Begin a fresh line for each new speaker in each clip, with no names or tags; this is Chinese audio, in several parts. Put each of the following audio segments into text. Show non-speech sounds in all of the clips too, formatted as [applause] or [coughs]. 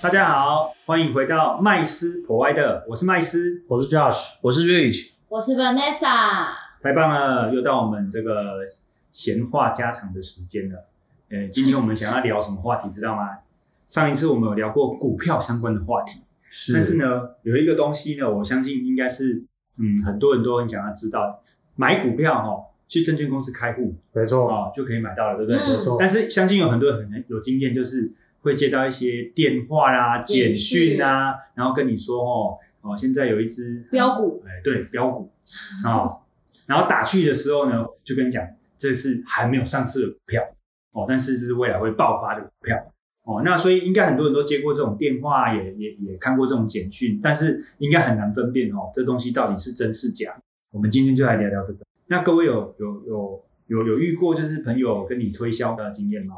大家好，欢迎回到麦斯 Provider，我是麦斯，
我是 Josh，
我是 Rich，
我是 Vanessa，
太棒了，又到我们这个闲话家常的时间了。呃，今天我们想要聊什么话题，知道吗？上一次我们有聊过股票相关的话题，
是
但是呢，有一个东西呢，我相信应该是嗯，很多人都很想要知道的，买股票哈、哦，去证券公司开户
没错，
哦就可以买到了，对不对？
嗯
没错，
但是相信有很多人可能有经验，就是会接到一些电话啦、简
简讯
讯啊，然后跟你说哦哦，现在有一只
标，股
哎，对，标股啊、哦，然后打去的时候呢，就跟你讲这是还没有上市的股票哦，但是这是未来会爆发的股票哦，那所以应该很多人都接过这种电话，也也也看过这种简讯，但是应该很难分辨哦，这东西到底是真是假。我们今天就来聊聊这个。那各位有有有有有遇过就是朋友跟你推销的经验吗？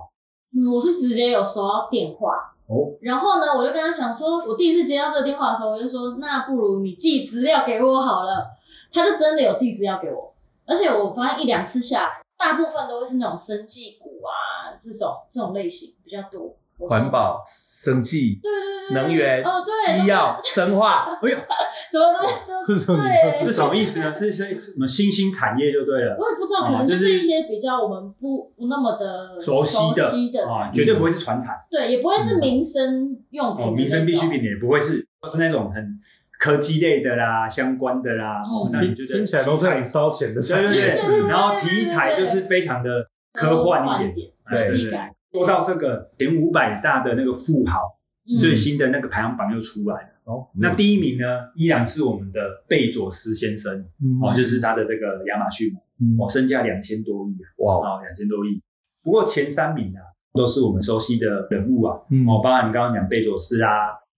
嗯，我是直接有收到电话，
哦，
然后呢，我就跟他想说，我第一次接到这个电话的时候，我就说，那不如你寄资料给我好了。他就真的有寄资料给我，而且我发现一两次下来，大部分都会是那种生技股啊这种这种类型比较多。我收到
环，保、生技、
对对对对，
能源
哦对，
医药、生化，哎呦，
怎么怎么
这
怎
种
么
你要
这
对
是。什么意思呢？是是什么新兴产业就对了。
我也不知道，
哦
可能就
就是
是一些比较我们不不那么的
熟悉的
产
啊，
品
绝对不会是传产。
对，也不会是民生用品
嗯
的那
哦，
种，
民生必需品也不会是是那种很科技类的啦、相关的啦。
嗯
哦，那你
听
觉得
听起来都是很烧钱的
题材
产
对
业，
对
对对
对，
对
然后题材就是非常的科幻一点。
点，
对
科
对
技
对
感，
说到这个前五百大的那个富豪，
嗯
最新的那个排行榜又出来了。
哦，
嗯
那第一名呢，依然是我们的贝佐斯先生
嗯
哦，就是他的这个亚马逊哦，身价两千多亿啊，
哇，
哦，两千多亿。不过前三名啊，都是我们熟悉的人物啊，
嗯
哦，包含你刚刚讲贝佐斯啊，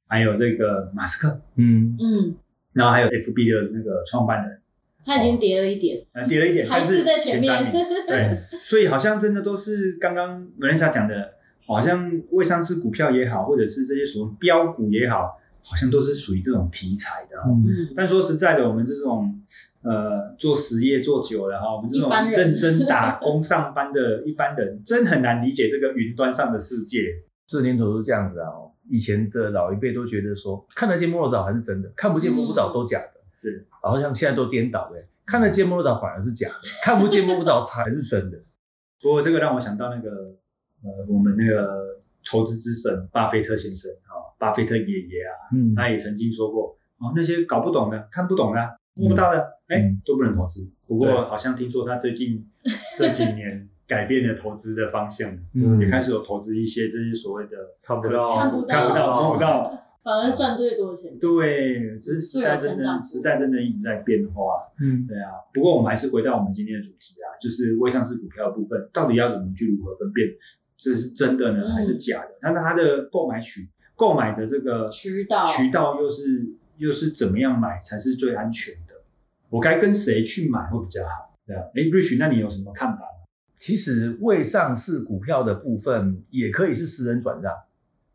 还有这个马斯克，
嗯，
嗯，
然后还有 FB 的那个创办人，
它已经跌了一点，
呃，跌了一点，
还
但是
是在前
三
面， [laughs]
名。对，所以好像真的都是刚刚 Vanessa 讲的，好像未上市股票也好，或者是这些什么标股也好，好像都是属于这种题材的啊、
嗯
嗯，
但说实在的，我们这种呃做实业做久了哈，我们这种
一般人
认真打工上班的一般人，真很难理解这个云端上的世界。
这年头是这样子啊、哦。以前的老一辈都觉得说，看得见摸得着还是真的，看不见摸不着都假的。
是，
然后像现在都颠倒了，看得见摸得着反而是假的，看不见摸不着 [laughs] 才是真的。
不过这个让我想到那个呃，我们那个投资之神巴菲特先生啊、巴菲特爷爷啊，
嗯
哎
他也曾经说过，哦，那些搞不懂的、看不懂的、摸不到的，哎、
嗯
都不能投资。不过
对
好像听说他最近这几年改变了投资的方向，也
嗯，
开始有投资一些这些所谓的
看不
看
到，
不到
看不到、摸不到。
反而赚最多钱，
对，这是时代真
自由成
的，
长
时代真的一直在变化。
嗯，
对啊，不过我们还是回到我们今天的主题啊，就是未上市股票的部分，到底要怎么去如何分辨这是真的呢，
嗯
还是假的？那它的购买渠购买的这个
渠道
渠道又是又是怎么样买才是最安全的？我该跟谁去买会比较好？对啊，哎，Rich，那你有什么看法？
其实未上市股票的部分也可以是私人转让，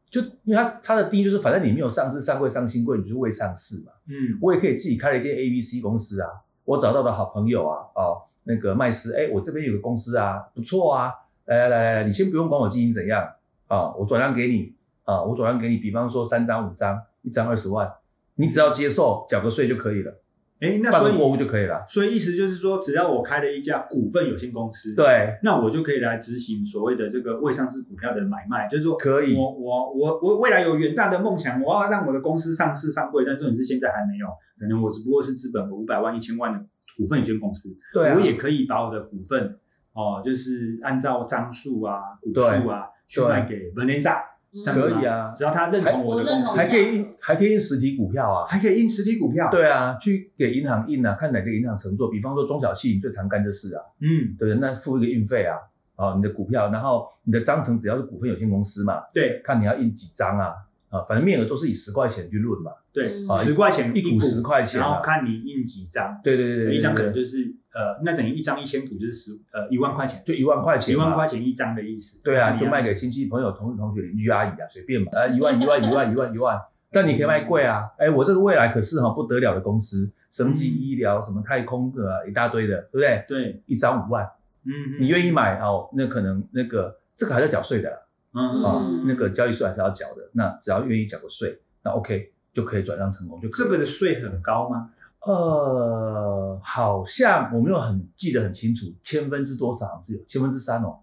就因为它它的定义就是，反正你没有上市、上柜、上新柜，你就是未上市嘛。
嗯
我也可以自己开了一间 A、B、C 公司啊。我找到的好朋友啊，哦，那个麦斯，哎，我这边有个公司啊，不错啊，来来来来，你先不用管我经营怎样啊，我转让给你啊，我转让给你，比方说三张、五张，一张二十万，你只要接受缴个税就可以了，
哎，那
办
所
个过户
以
就可以了。
所以意思就是说，只要我开了一家股份有限公司，
对，
那我就可以来执行所谓的这个未上市股票的买卖，就是说
可以
我我我我未来有远大的梦想，我要让我的公司上市上柜，但重点是现在还没有，可能我只不过是资本五百万一千万的股份有限公司，
对啊
我，也可以把我的股份哦，就是按照张数啊、股数啊去卖给 Vanessa，
嗯
这样子
可
吗
以啊，
只要他认同我的公
我认同
司，
还可以印，还可以印实体股票啊。
还可以印实体股票，，
对啊，去给银行印啊，看哪个银行承做。比方说中小企，你最常干的事啊，
嗯，
对，那付一个运费啊，啊，你的股票，然后你的章程只要是股份有限公司嘛，
对
看你要印几张啊，啊，反正面额都是以十块钱去论嘛，
对，
嗯
十块钱
啊一股
股
十块钱
然后
啊，
看你印几张，
对对对对对，
一张可能
对
就是呃，那等于一张一千股就是十呃一万块钱，
就一万块钱，
一万块，钱一张的意思。
对啊，
一样
就卖给亲戚朋友、同事、同学、邻居、阿姨啊，随便嘛，啊，一万一万一万一万一万，但你可以卖贵啊，哎，我这个未来可是哈不得了的公司，生技
嗯
医疗什么太空的啊一大堆的，对不对？
对，
一张五万，
嗯，
你愿
意
意买哦，那可能那个这个还在缴税的啦，
嗯，
啊、
嗯
那个交易税还是要缴的。那只要愿意缴个税，那 OK 就可以转让成功，就可以
这个的税很高吗？
呃，好像我没有很记得很清楚，千分之多少好像是有千分之三哦，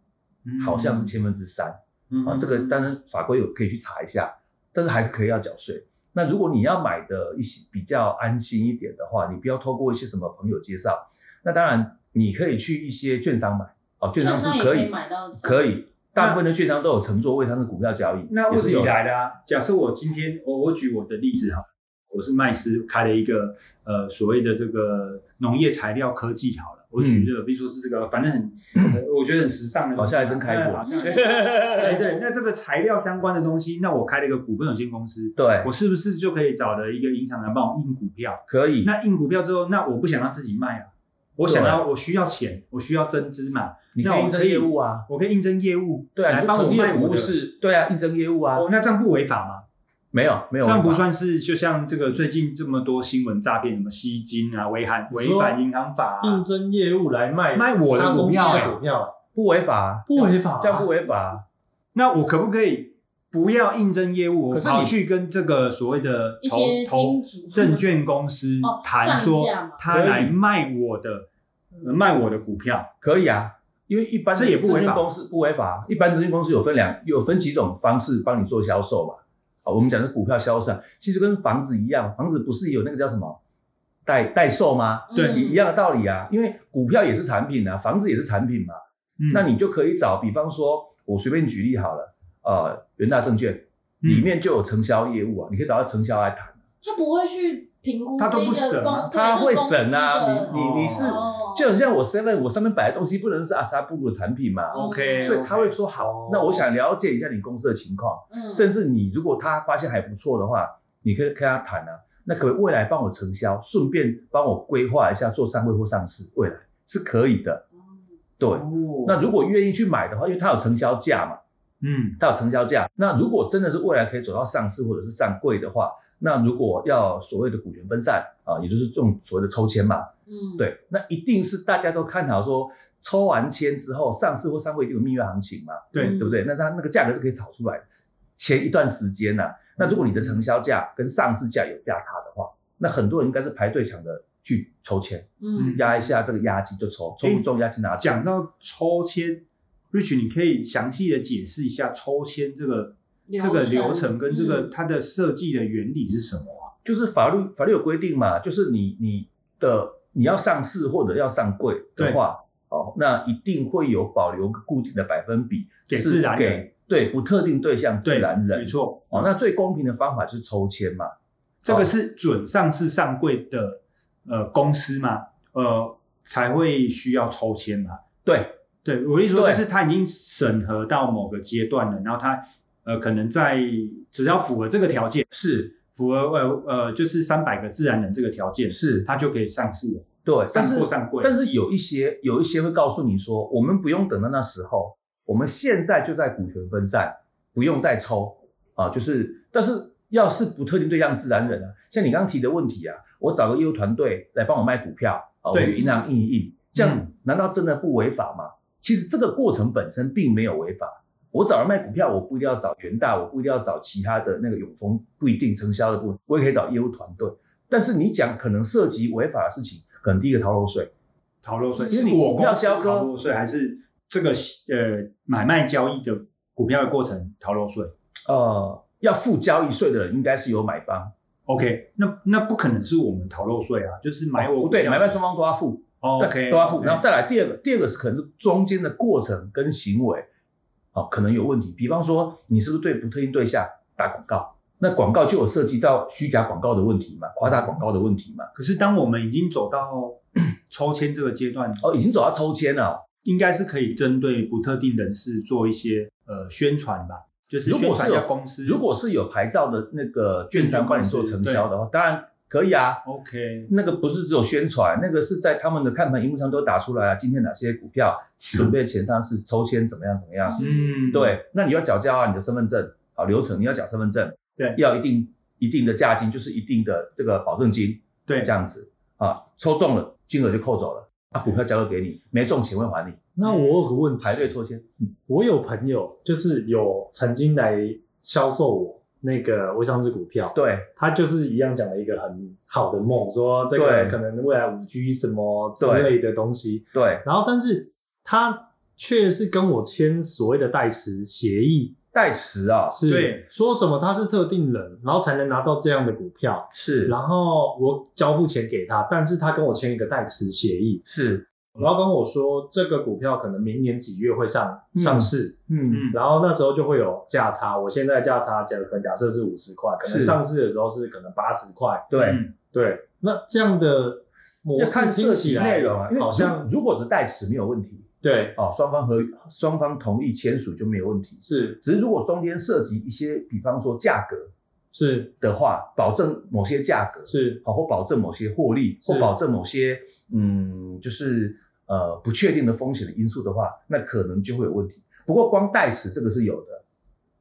嗯
好像是千分之三
嗯
啊。这个当然法规有可以去查一下，但是还是可以要缴税。那如果你要买的一些比较安心一点的话，你不要透过一些什么朋友介绍，那当然你可以去一些券商买哦，券商
券
是
商也
可
可以
以
买到这个
可以，大部分的券商都有乘坐位，它是股票交易，
那
也
问
是
题
有的
来了、啊，假设我今天我我举我的例子哈，我是麦斯开了一个呃所谓的这个农业材料科技好了，我
嗯
举这个，比如说是这个，反正
[coughs]
很、呃我觉得很时尚的东西，
好像还真开过
哎好
[laughs]
像哎对，那这个材料相关的东西，那我开了一个股份有限公司，
对
我，是不是就可以找了一个银行来帮我印股票？
可以，
那印股票之后，那我不想让自己卖啊，我想要我需要钱，我需要增资嘛，
你
那
可
我
以应征
可以
业务啊，
我可以应征业务，
对啊，
来
你
帮
就
我
成立
卖
了
我
股
的，
市，对啊，应征业务啊，
哦，那这样不违法吗？
没有没有
这
违法，
样不算是就像这个最近这么多新闻诈骗，什么吸金啊、违反违反银行法、
应
嗯
啊，
征业务来卖
卖我的
他
股
公司
票
的股票，
不违法啊，
不违法啊
这样不违法啊。
那我可不可以不要应征业务？
可是
我跑
你
去跟这个所谓的
一
投
些
投
金主
证券公司
哦
谈说
上架嘛，
他来卖我的呃卖我的股票，
可以啊，因为一般
这也不违法
证券公司不违法。啊一般证券公司有分两有分几种方式帮你做销售嘛。啊，我们讲的股票销售啊，其实跟房子一样，房子不是有那个叫什么代代售吗？
嗯
对
一一样的道理啊，因为股票也是产品啊，房子也是产品嘛。
嗯
那你就可以找，比方说，我随便举例好了，呃，元大证券
嗯
里面就有承销业务啊，你可以找到承销来谈。
他不会去评估
他都
这
不
个
审啊
公
他
哦对
会
这个
审啊，
公司的
你你你是
哦
就很像我 seven，我上面摆的东西不能是阿萨布鲁的产品嘛，
OK，
所以他会说好
哦，
那我想了解一下你公司的情况，
嗯
甚至你如果他发现还不错的话，你可以跟他谈啊，那可不可以未来帮我承销，顺便帮我规划一下做上柜或上市，未来是可以的，
嗯
对。
哦
那如果愿意去买的话，因为它有承销价嘛，
嗯
它有承销价。那如果真的是未来可以走到上市或者是上柜的话，那如果要所谓的股权分散啊，也就是这种所谓的抽签嘛，
嗯，
对，那一定是大家都看好说，抽完签之后上市或上会一定有蜜月行情嘛，
对
嗯
对不对？？那它那个价格是可以炒出来的，前一段时间呐、那如果你的承销价跟上市价有价差的话，那很多人应该是排队抢着去抽签，
嗯，
压一下这个押金就抽，抽不中押金拿走。
讲到抽签，Rich，你可以详细的解释一下抽签这个这个流程跟这个
嗯
它的设计的原理是什么啊？
就是法律法律有规定嘛，就是你你的你要上市或者要上柜的话，哦，那一定会有保留固定的百分比
给
是
自然人
给对不特定对象自
对，
然人
没错。
哦，那最公平的方法是抽签嘛？
这个是准上市上柜的呃公司嘛，呃才会需要抽签嘛。
对，
对我的意思说，
对
就是他已经审核到某个阶段了，然后他呃可能在只要符合这个条件，
是
符合呃呃就是三百个自然人这个条件，
是，
他就可以上市了，
对。
上
但是
货上柜。
但是有一些有一些会告诉你说，我们不用等到那时候，我们现在就在股权分散，不用再抽啊。就是，但是要是不特定对象自然人啊，像你刚刚提的问题啊，我找个业务团队来帮我卖股票啊，我
对
银行印一印，这样难道真的不违法吗？其实这个过程本身并没有违法。我找人卖股票，我不一定要找元大，我不一定要找其他的那个永丰，不一定承销的部分，我也可以找业务团队。但是你讲可能涉及违法的事情，可能第一个逃漏税，
逃漏税
因为
是
你
我
股票
公司
交割
逃漏税，还是这个呃买卖交易的股票的过程逃漏税
呃，要付交易税的人应该是有买方，
？OK，那那不可能是我们逃漏税啊，就是买我
哦不
股
对，
票哦
买卖双方都要付对
OK
都要付。
OK
然后再来第二个，第二个是可能是中间的过程跟行为，哦，可能有问题。比方说，你是不是对不特定对象打广告？那广告就有涉及到虚假广告的问题嘛，夸大广告的问题嘛。
可是当我们已经走到 [clears throat] 抽签这个阶段，
哦，已经走到抽签了。
应该是可以针对不特定人士做一些呃宣传吧，就是
如
宣
果是
传一下
有
公司。
如果是有牌照的那个券商帮你做承销的话，当然可以啊。
OK，
那个不是只有宣传，那个是在他们的看盘荧幕上都打出来啊，今天哪些股票准备前上市抽签怎么样怎么样。
嗯，
对，那你要缴交啊，你的身份证，好流程，你要缴身份证，
对
要一定一定的价金，就是一定的这个保证金，
对
这样子啊，抽中了金额就扣走了，啊，股票交割给你，没中钱会还你，
那我有个问题，
排队抽签，嗯
我有朋友就是有曾经来销售我那个微商之股票，
对，
他就是一样讲了一个很好的梦，说这个
对
可能未来五 G 什么之
对
类的东西，
对，
然后但是他却是跟我签所谓的代持协议，
代持啊，
是
对
说什么他是特定人，然后才能拿到这样的股票，
是
然后我交付钱给他，但是他跟我签一个代持协议，
是，
然后跟我说这个股票可能明年几月会上上市，
嗯，
嗯
然后那时候就会有价差。我现在价差假可能假设是五十块，可能
是
上市的时候是可能八十块。
对，
嗯
对，那这样的模
要
式
看
听
涉
起
及
来
内容啊，因为
好像
如如果是代持没有问题
对
哦，双方和双方同意签署就没有问题。
是
只是如果中间涉及一些，比方说价格
是
的话，保证某些价格，
是
好，哦或保证某些获利，
是
或保证某些嗯，就是呃不确定的风险的因素的话，那可能就会有问题。不过光代持这个是有的，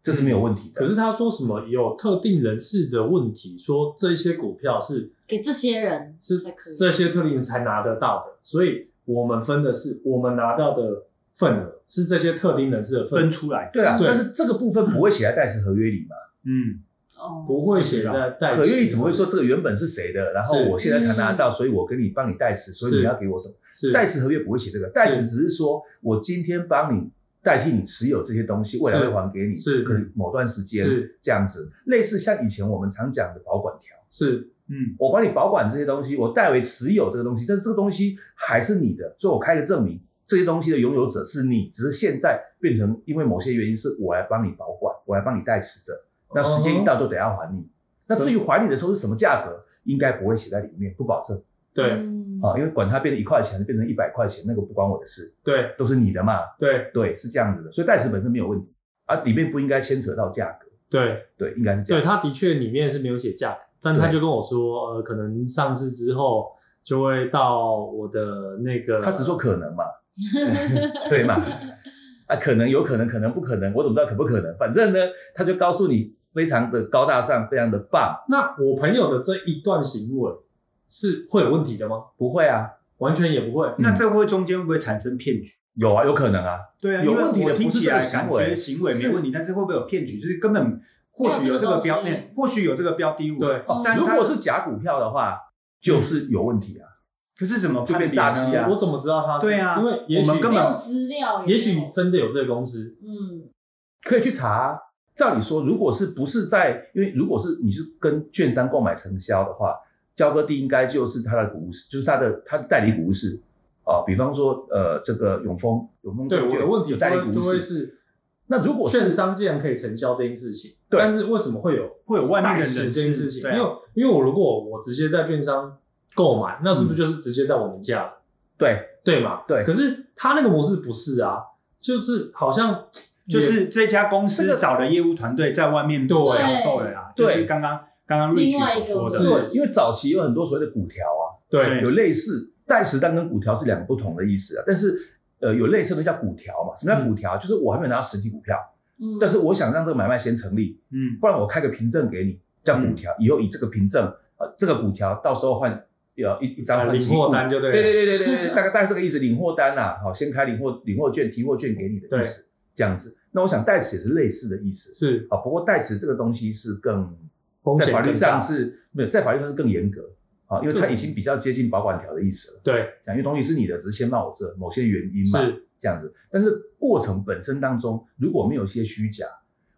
这是没有问题的。
嗯可是他说什么有特定人士的问题，说这些股票是
给这些人
是
才可以
这些特定人才拿得到的，所以我们分的是我们拿到的份额是这些特定人士的份额
分出来，
对啊，
对嗯
但是这个部分不会写在代持合约里嘛？
嗯，
哦，
不会写在代
合约
持
里怎么会说这个原本是谁的，然后
是嗯
我现在才拿到，所以我跟你帮你代持，所以你要给我什么？
是
代持合约不会写这个，代持只是说我今天帮你代替你持有这些东西，未来会还给你，
是
可能某段时间
是
这样子，类似像以前我们常讲的保管条，
是
嗯，
我帮你保管这些东西，我代为持有这个东西，但是这个东西还是你的，所以我开个证明，这些东西的拥有者是你，只是现在变成因为某些原因是我来帮你保管，我来帮你代持着，那时间
哦
一到就得要还你。那至于还你的时候是什么价格，应该不会写在里面，不保证
对
嗯
啊，因为管它变成一块钱，变成一百块钱，那个不关我的事，
对
都是你的嘛。
对
对，是这样子的，所以代持本身没有问题，啊，里面不应该牵扯到价格，
对
对，应该是这
对，
样。
他的确里面是没有写价格，但他
对
就跟我说，呃，可能上市之后就会到我的那个，
他只说可能
[laughs]
嘛， [laughs] 对嘛？啊，可能有可能，可能不可能，我怎么知道可不可能？反正呢，他就告诉你非常的高大上，非常的棒，
那我朋友的这一段行为是会有问题的吗？
不会啊，
完全也不会，
嗯
那这会中间会不会产生骗局？
有啊，有可能啊，
对啊，
有
因为
问题的
我听
不是
起
这个
来
行
感
为
觉行为没
是
问题，但是会不会有骗局？就是根本或许有这个标
没有这个东
面
西，
或许有这个标的物，啊
对
哦
但，
如
他
果是假股票的话，就是有问题啊，
可是怎么
就
判
变
别
诈欺
呢？
啊
我怎么知道他是？
对啊
因为也许
我们根
没
本
有资料也没有，
也许真的有这个公司，
嗯
可以去查啊、照理说，如果是不是在，因为如果是你是跟券商购买承销的话，交割地应该就是他的股市，就是他的他的代理股市啊、比方说，呃，这个永丰永丰
对
证
我
券
的问题
有
就
代
会
理
就
股市。
会是
那如果
券
是
商竟然可以承销这件事情，
对
但是为什么会有
会有外面的
代
人
持
士
这件事情？
对
因为
啊，
因为我如果我直接在券商购买，那是不是就是直接在我名下了？
对
对嘛？
嗯对
可是他那个模式不是啊，就是好像
就是这家公
这个
司找的业务团队在外面
对
销售了啦，就
对
是刚刚刚刚瑞
另外
i
一
所
个
说
是
的，
对，因为早期有很多所谓的股条啊，
对
有类似代持单跟股条是两个不同的意思啊，但是呃有类似的叫股条嘛，什
嗯
么叫股条？就是我还没有拿到实体股票，
嗯，
但是我想让这个买卖先成立，
嗯，
不然我开个凭证给你，叫
嗯
股条，以后以这个凭证，呃，这个股条到时候换呃一一张
啊
换
领
期股
货，单就对了，
对对对对对对，大概大概这个意思，领货单啊，好，先开领货领货券、提货券给你的意思，这样子。那我想代持也是类似的意思，
是
啊，不过代持这个东西是更
风
在
险
法律
更大
上是没有，在法律上是更严格啊，因为它已经比较接近保管条的意思了。
对
讲，因为东西是你的，只是先到我这，某些原因嘛，
是
这样子。但是过程本身当中，如果没有一些虚假，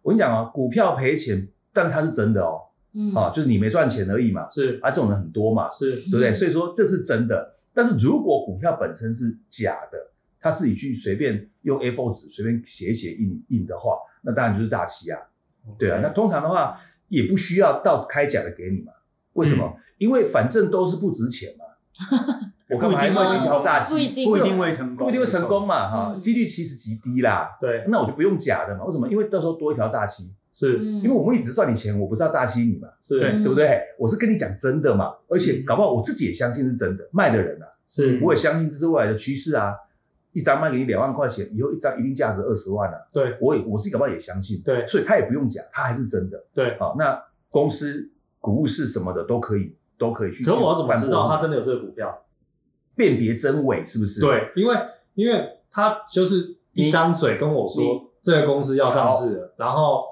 我跟你讲啊，股票赔钱，但是它是真的哦，
嗯
啊，就是你没赚钱而已嘛，
是
啊，这种人很多嘛，
是
对不对？
嗯
所以说这是真的。但是如果股票本身是假的，他自己去随便用 A4 纸随便写一写印印的话，那当然就是诈欺啊。对啊，那通常的话也不需要到开假的给你嘛？为什么？因为反正都是不值钱嘛。我干嘛还
不一定
冒
会
险
成
挑
功
诈欺？
不一定
啊
啊
不一定会成功，
不一定会成功嘛，哈，
嗯
几率其实极低啦。
对
那我就不用假的嘛，为什么？因为到时候多一条诈欺，
是
嗯
因为我们一直赚你钱，我不是要诈欺你嘛，
是
嗯
对不对？我是跟你讲真的嘛，而且搞不好我自己也相信是真的，卖的人啊，
是
我也相信这是未来的趋势啊。一张卖给你两万块钱，以后一张一定价值二十万啊，
对
我也我自己搞不好也相信，
对
所以他也不用假，他还是真的。
对。
好，那公司股务室什么的都可以，都可以去。
可是我要怎么
去
知道
办
他
过
真的有这个股票？
辨别真伪是不是？
对，因为因为他就是一张嘴跟我
你
说这个公司要上市了，然后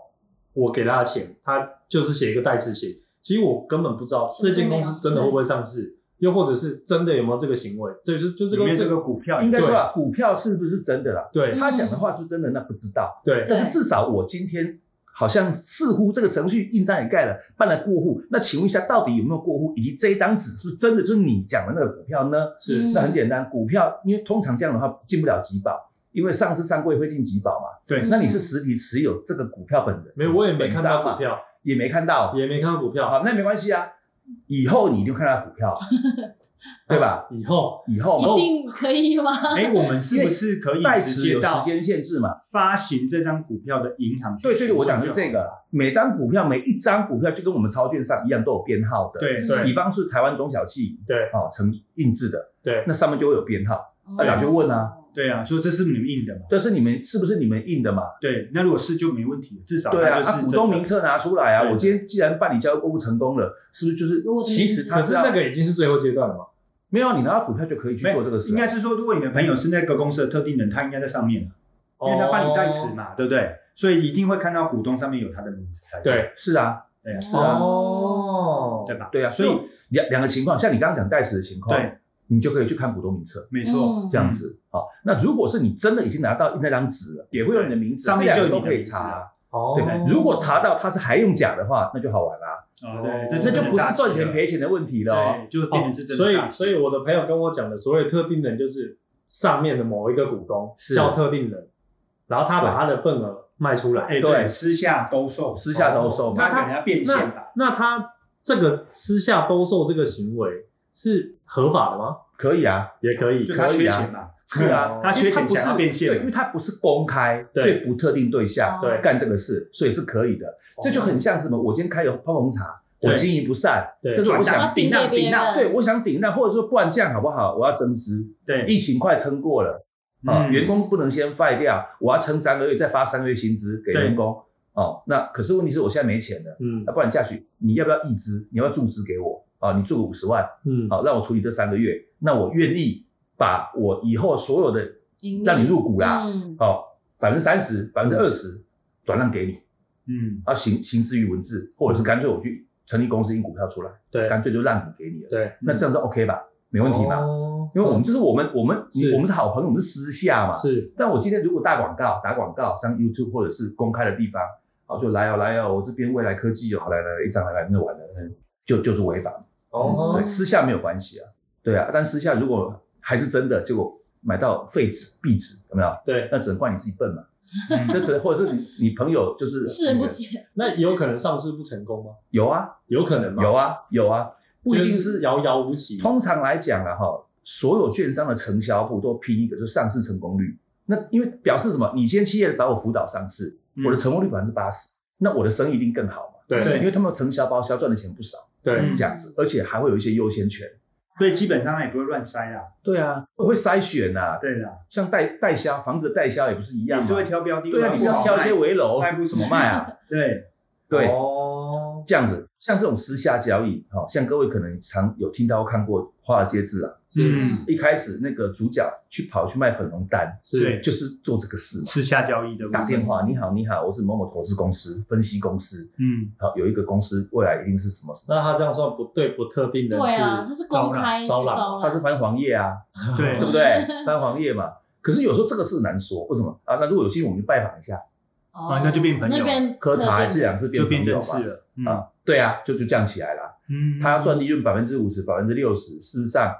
我给他钱，他就是写一个代词写。其实我根本不知道
什么
这
都
间
没有
公司真的会不会上市，又或者是真的有没有这个行为，这就就
里
这个
面这个股票
应该说
对
啊，股票是不是真的啦？
对
他讲的话是不是真的？那不知道。
嗯
嗯
对
但是至少我今天好像似乎这个程序印章也盖了，办了过户。那请问一下，到底有没有过户？以及这一张纸是不是真的就是你讲的那个股票呢？
嗯
是
那很简单，股票因为通常这样的话进不了集保，因为上市上柜会进集保嘛。
嗯
对
哎那你是实体持有这个股票本人，
没有，我也没看到
本章嘛
股，票，
也没看到，
也没看到股票，
好，那没关系啊，以后你就看到
[laughs]
股票，对吧？
以后
以后嘛
一，定可以吗？
哎，我们是不是可以
代
直
持
接
有时
到
间限制嘛？
发行这张股票的银行去询问就好？
对对对，我讲的是这个啦。每张股票，每一张股票就跟我们钞券上一样，都有编号
[laughs]
嗯
的。，
对。
对
比方是台湾中小企
对
啊、哦、成印制的，
对
那上面就会有编号。
那
那打去问啊，
对啊，说这是你们印的嘛？
但是你们是不是你们印的嘛？
对，那如果是就没问题了，至少
对
它
啊，
就是
啊，股
真的
东名册拿出来啊！
对
我今天既然办理交易过户成功了，是不是就是
如果是
其实
可
他
是
要
那个已经是最后阶段了嘛？
没有你拿到股票就可以去
没
做这个事啊，
应该是说，如果你的朋友是那个公司的特定人，他应该在上面，啊因为他办理代持嘛，
哦
对不对？所以一定会看到股东上面有他的名字才
对
是啊，
对啊，是
哦
啊，
哦
对吧？
对啊，所
所
以
以
两两个情况，像你刚刚讲代持的情况，
对，
你就可以去看股东名册
没错
嗯，
这样子。好，那如果是你真的已经拿到那张纸了，也会有你的名字，
上面
这两
就
个
有
都
你
可
的
以
名字啊
查。
哦
对，如果查到他是还用假的话，那就好玩啦，
哦，对，这
那
那就不
大
是
忌
赚钱
了
赔钱的问题了哦。
对，就变成是真的
所
大
以，
忌
所以我的朋友跟我讲的所谓特定人，就是上面的某一个股东
是
叫特定人，然后他把他的份额卖出来。
哎，
对
对，私下兜售，哦
私下兜售嘛
那可能要变现
那
吧？
那他这个私下兜售这个行为是合法的吗？
可以啊，
也可以
就。他缺钱嘛，
[laughs] 是啊，
他缺钱
因为它不是
想要变现
对，因为它不是公开
对
对不特定对象
哦
对
干这个事，所以是可以的。这就很像什么，我今天开了泡红茶，
对
我经营不善，
对
但是我
转
想
让顶
顶给
让
别
顶
人，
让，
对我想顶让，或者说不然这样好不好？我要增资，
对，
嗯
疫情快撑过了啊，
嗯
员工不能先废掉，我要撑三个月再发三个月薪资给员工哦。那可是问题是我现在没钱了，
嗯
那不然下去你要不要义资？你要不要注资给我啊？你注个五十万，
嗯，
好让我处理这三个月，那我愿意把我以后所有的
盈利
让你入股啦。
嗯，
哦，百分之三十、百分之二十转让给你，
嗯，
啊，行行之于文字，或者是干脆我去成立公司印股票出来，
对
干脆就让你给你了。
对，
那这样就 OK 吧？没问题吧？
哦
因为我们这是我们我们你
是
我们是好朋友，我们是私下嘛。
是
但我今天如果大广告打广告上 YouTube 或者是公开的地方，啊，就来哦来哦，我这边未来科技哦，好来来来一张来来那完了，嗯就就是违法。
哦
对，私下没有关系啊，对啊，但私下如果还是真的，结果买到废纸壁纸有没有？
对，
那只能怪你自己笨
[laughs]
嘛。
嗯
这只或者是你你朋友就是
视人不见，
那有可能上市不成功吗？
有啊
有可能吗？
有啊有啊，不一定
就是
是
遥遥无期。
通常来讲啊哈，所有券商的承销部都拼一个就是上市成功率。那因为表示什么？你先企业找我辅导上市，
嗯
我的成功率百分之八十，那我的生意一定更好嘛。
对
因为他们承销包销赚的钱不少，
对
嗯
这样子，而且还会有一些优先权。
所以基本上他也不会乱塞啦，
对啊，会会筛选呐、啊，
对啦，
像代代销房子的代销也不是一样
也
嘛
是。会挑标的，
对啊，你不要挑一些
我，
围楼
卖不出去
怎么卖啊？
对，
对，
哦，
这样子，像这种私下交易，好、像各位可能常有听到或看过《华尔街啊之狼》，
嗯
是
一开始那个主角去跑去卖粉红单，
是
对
就是做这个事嘛。
私下交易的部分
打电，话，你好，你好，我是某某投资公司分析公司，
嗯，
好，有一个公司未来一定是什么什么，
那他这样算不对不特定
对
人
啊，他是公开去
招
招
揽，
揽，
它是翻黄页啊，
[laughs]
对
对不对？翻黄页嘛。可是有时候这个事难说，为什么啊？那如果有机会我们去拜访一下，
哦
啊那就变朋友
那变
喝茶啊
特
一
定
次两次变
就变
朋友
认
嘛
识。了，嗯
啊，对啊，就就这样起来啦。
嗯
他要赚利润百分之五十、百分之六十，事实上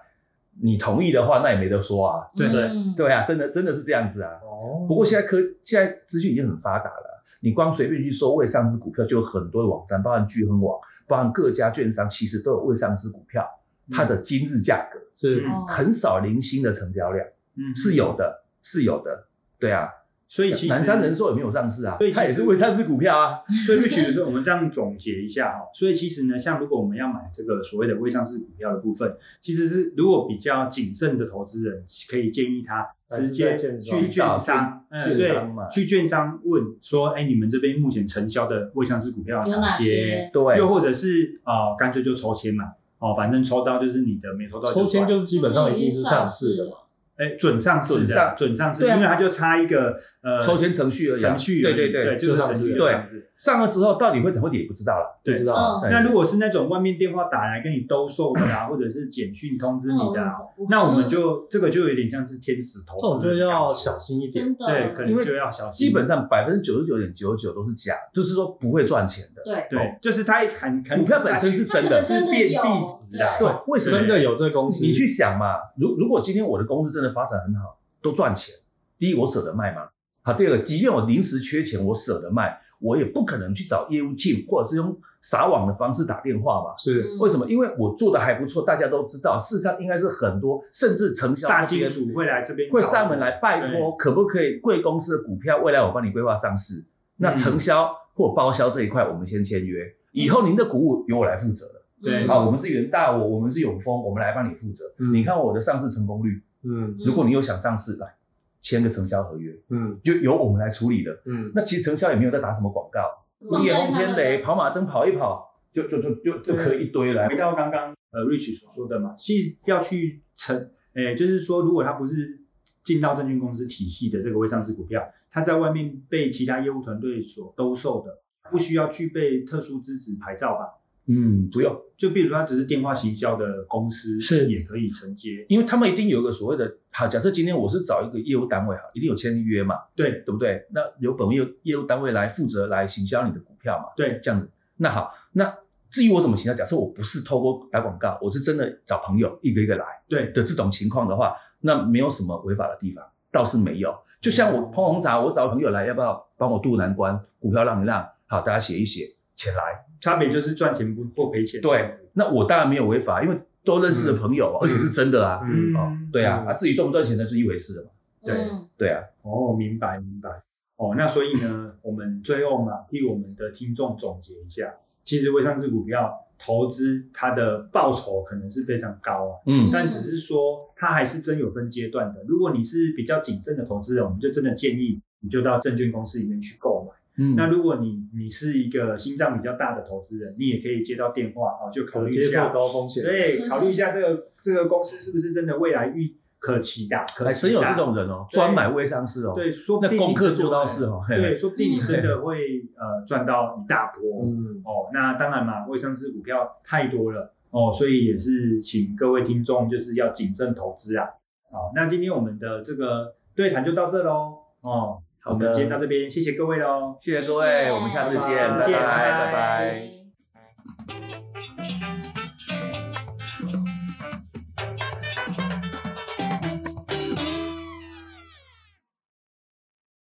你同意的话，那也没得说啊。
对对
嗯
对啊，真的真的是这样子啊。
哦
不过现在科现在资讯已经很发达了，你光随便去搜未上市股票，就有很多的网站，包含聚亨网，包含各家券商，其实都有未上市股票，它的今日价格
是
哦
很少零星的成交量，
嗯
是有的，是有的。对啊，
所以其实
南山人寿也没有上市啊
对，其实嗯
它也是未上市股票啊。
所以 Rich
[laughs]
说，我们这样总结一下哈，所以其实呢，像如果我们要买这个所谓的未上市股票的部分，其实是如果比较谨慎的投资人，可以建议他直接去券商，嗯，对，去券商问说，哎，你们这边目前承销的未上市股票
有
哪
哪
些？
些？
对，
又或者是啊，干脆哦就抽签嘛，哦，反正抽到就是你的，没抽到
抽签
算
就是基本上一定是上市的嘛，
哎，准上市
准
的
上，
准上市，
对啊
因为它就差一个呃
抽签程序而已啊、
程序而
对
已，
对对，
就是
就
程序
上市
而已
对
上市
上了之后到底会怎么跌也不知道了。
不
对
知道
嗯
啊，
对
那如果是那种外面电话打来跟你兜售的
[coughs]
啊，或者是简讯通知你的啊，
嗯
那我们就这个就有点像是天使投
这
资，
种就要小，心一点。
真的
对，可
因
能
为
就要小心。
基本上百分之九十九点九九都是假，就是说不会赚钱的。
对，
对，就是它很肯
股票本身是真
它可
的
能，
是变
有
币值的啊
对，为什么
真的有这个公司，
你去想嘛，如如果今天我的公司真的发展很好，都赚钱，第一我舍得卖吗？好，第二个，即便我临时缺钱，我舍得卖，我也不可能去找业务 team 或者是用撒网的方式打电话嘛。
是
为什么？因为我做的还不错，大家都知道。事实上，应该是很多甚至承销
大
那
金
边
主会来这边
会
找
上
你
门来拜托，可不可以贵公司的股票未来我帮你规划上市？那
嗯
承销或包销这一块，我们先签约，以后您的股务由我来负责了。
对
嗯
啊好，我们是元大，我我们是永丰，我们来帮你负责。
嗯
你看我的上市成功率，
嗯
嗯
如果你有想上市，来签个承销合约，
嗯
就由我们来处理了。
嗯，
那其实承销也没有在打什么广告，
放
夜
在
空
他们
天
的
雷、跑马灯跑一跑，就就就就就可以一堆来
回。到刚刚呃 Rich 所说的嘛，其实要去成，诶、就是说，如果他不是进到证券公司体系的这个未上市股票，他在外面被其他业务团队所兜售的，不需要具备特殊资质牌照吧？
嗯，不用，
就比如说，他只是电话行销的公司，
是
也可以承接。
因为他们一定有一个所谓的，好，假设今天我是找一个业务单位，哈，一定有签约嘛，
对
对不对？那由本业业务单位来负责来行销你的股票嘛，
对，
这样子。那好，那至于我怎么行销，假设我不是透过打广告，我是真的找朋友一个一个来。
对
的这种情况的话，那没有什么违法的地方，倒是没有。就像我泡红茶，我找朋友来，要不要帮我渡难关？股票让一让，好，大家写一写，钱来。
差别就是赚钱不或赔钱。
对，那我当然没有违法，因为都认识的朋友，而且是真的啊。
嗯
哦，对啊，
嗯
啊，至于赚不赚钱那是一回事了嘛。
对
嗯
对啊，
哦，明白明白。哦，那所以呢，我们最后嘛，替我们的听众总结一下，其实未上市股票投资它的报酬可能是非常高啊，
嗯
但只是说它还是真有分阶段的。如果你是比较谨慎的投资人，我们就真的建议你就到证券公司里面去购买。
嗯
那如果你你是一个心脏比较大的投资人，你也可以接到电话啊，就考
可
虑
接
一
受
下，
高风险，
对，考虑一下这个这个公司是不是真的未来预可期的，可
还
期
哎真有
的
这种人哦，
对
专买微商市哦。
对，说不
那
定
功课
你真的哎
做到
会
是哦嘿 [laughs]
对，说不定你真的会呃赚到一大波
嗯，
哦。那当然嘛，未上市股票太多了哦，所以也是请各位听众就是要谨慎投资啊。好，那今天我们的这个对谈就到这喽哦，
好的
我们今天到这边，谢谢各位喽。
谢谢各
谢
位，
谢
我们下次见，
下次
拜
见
拜，
拜
拜拜。
拜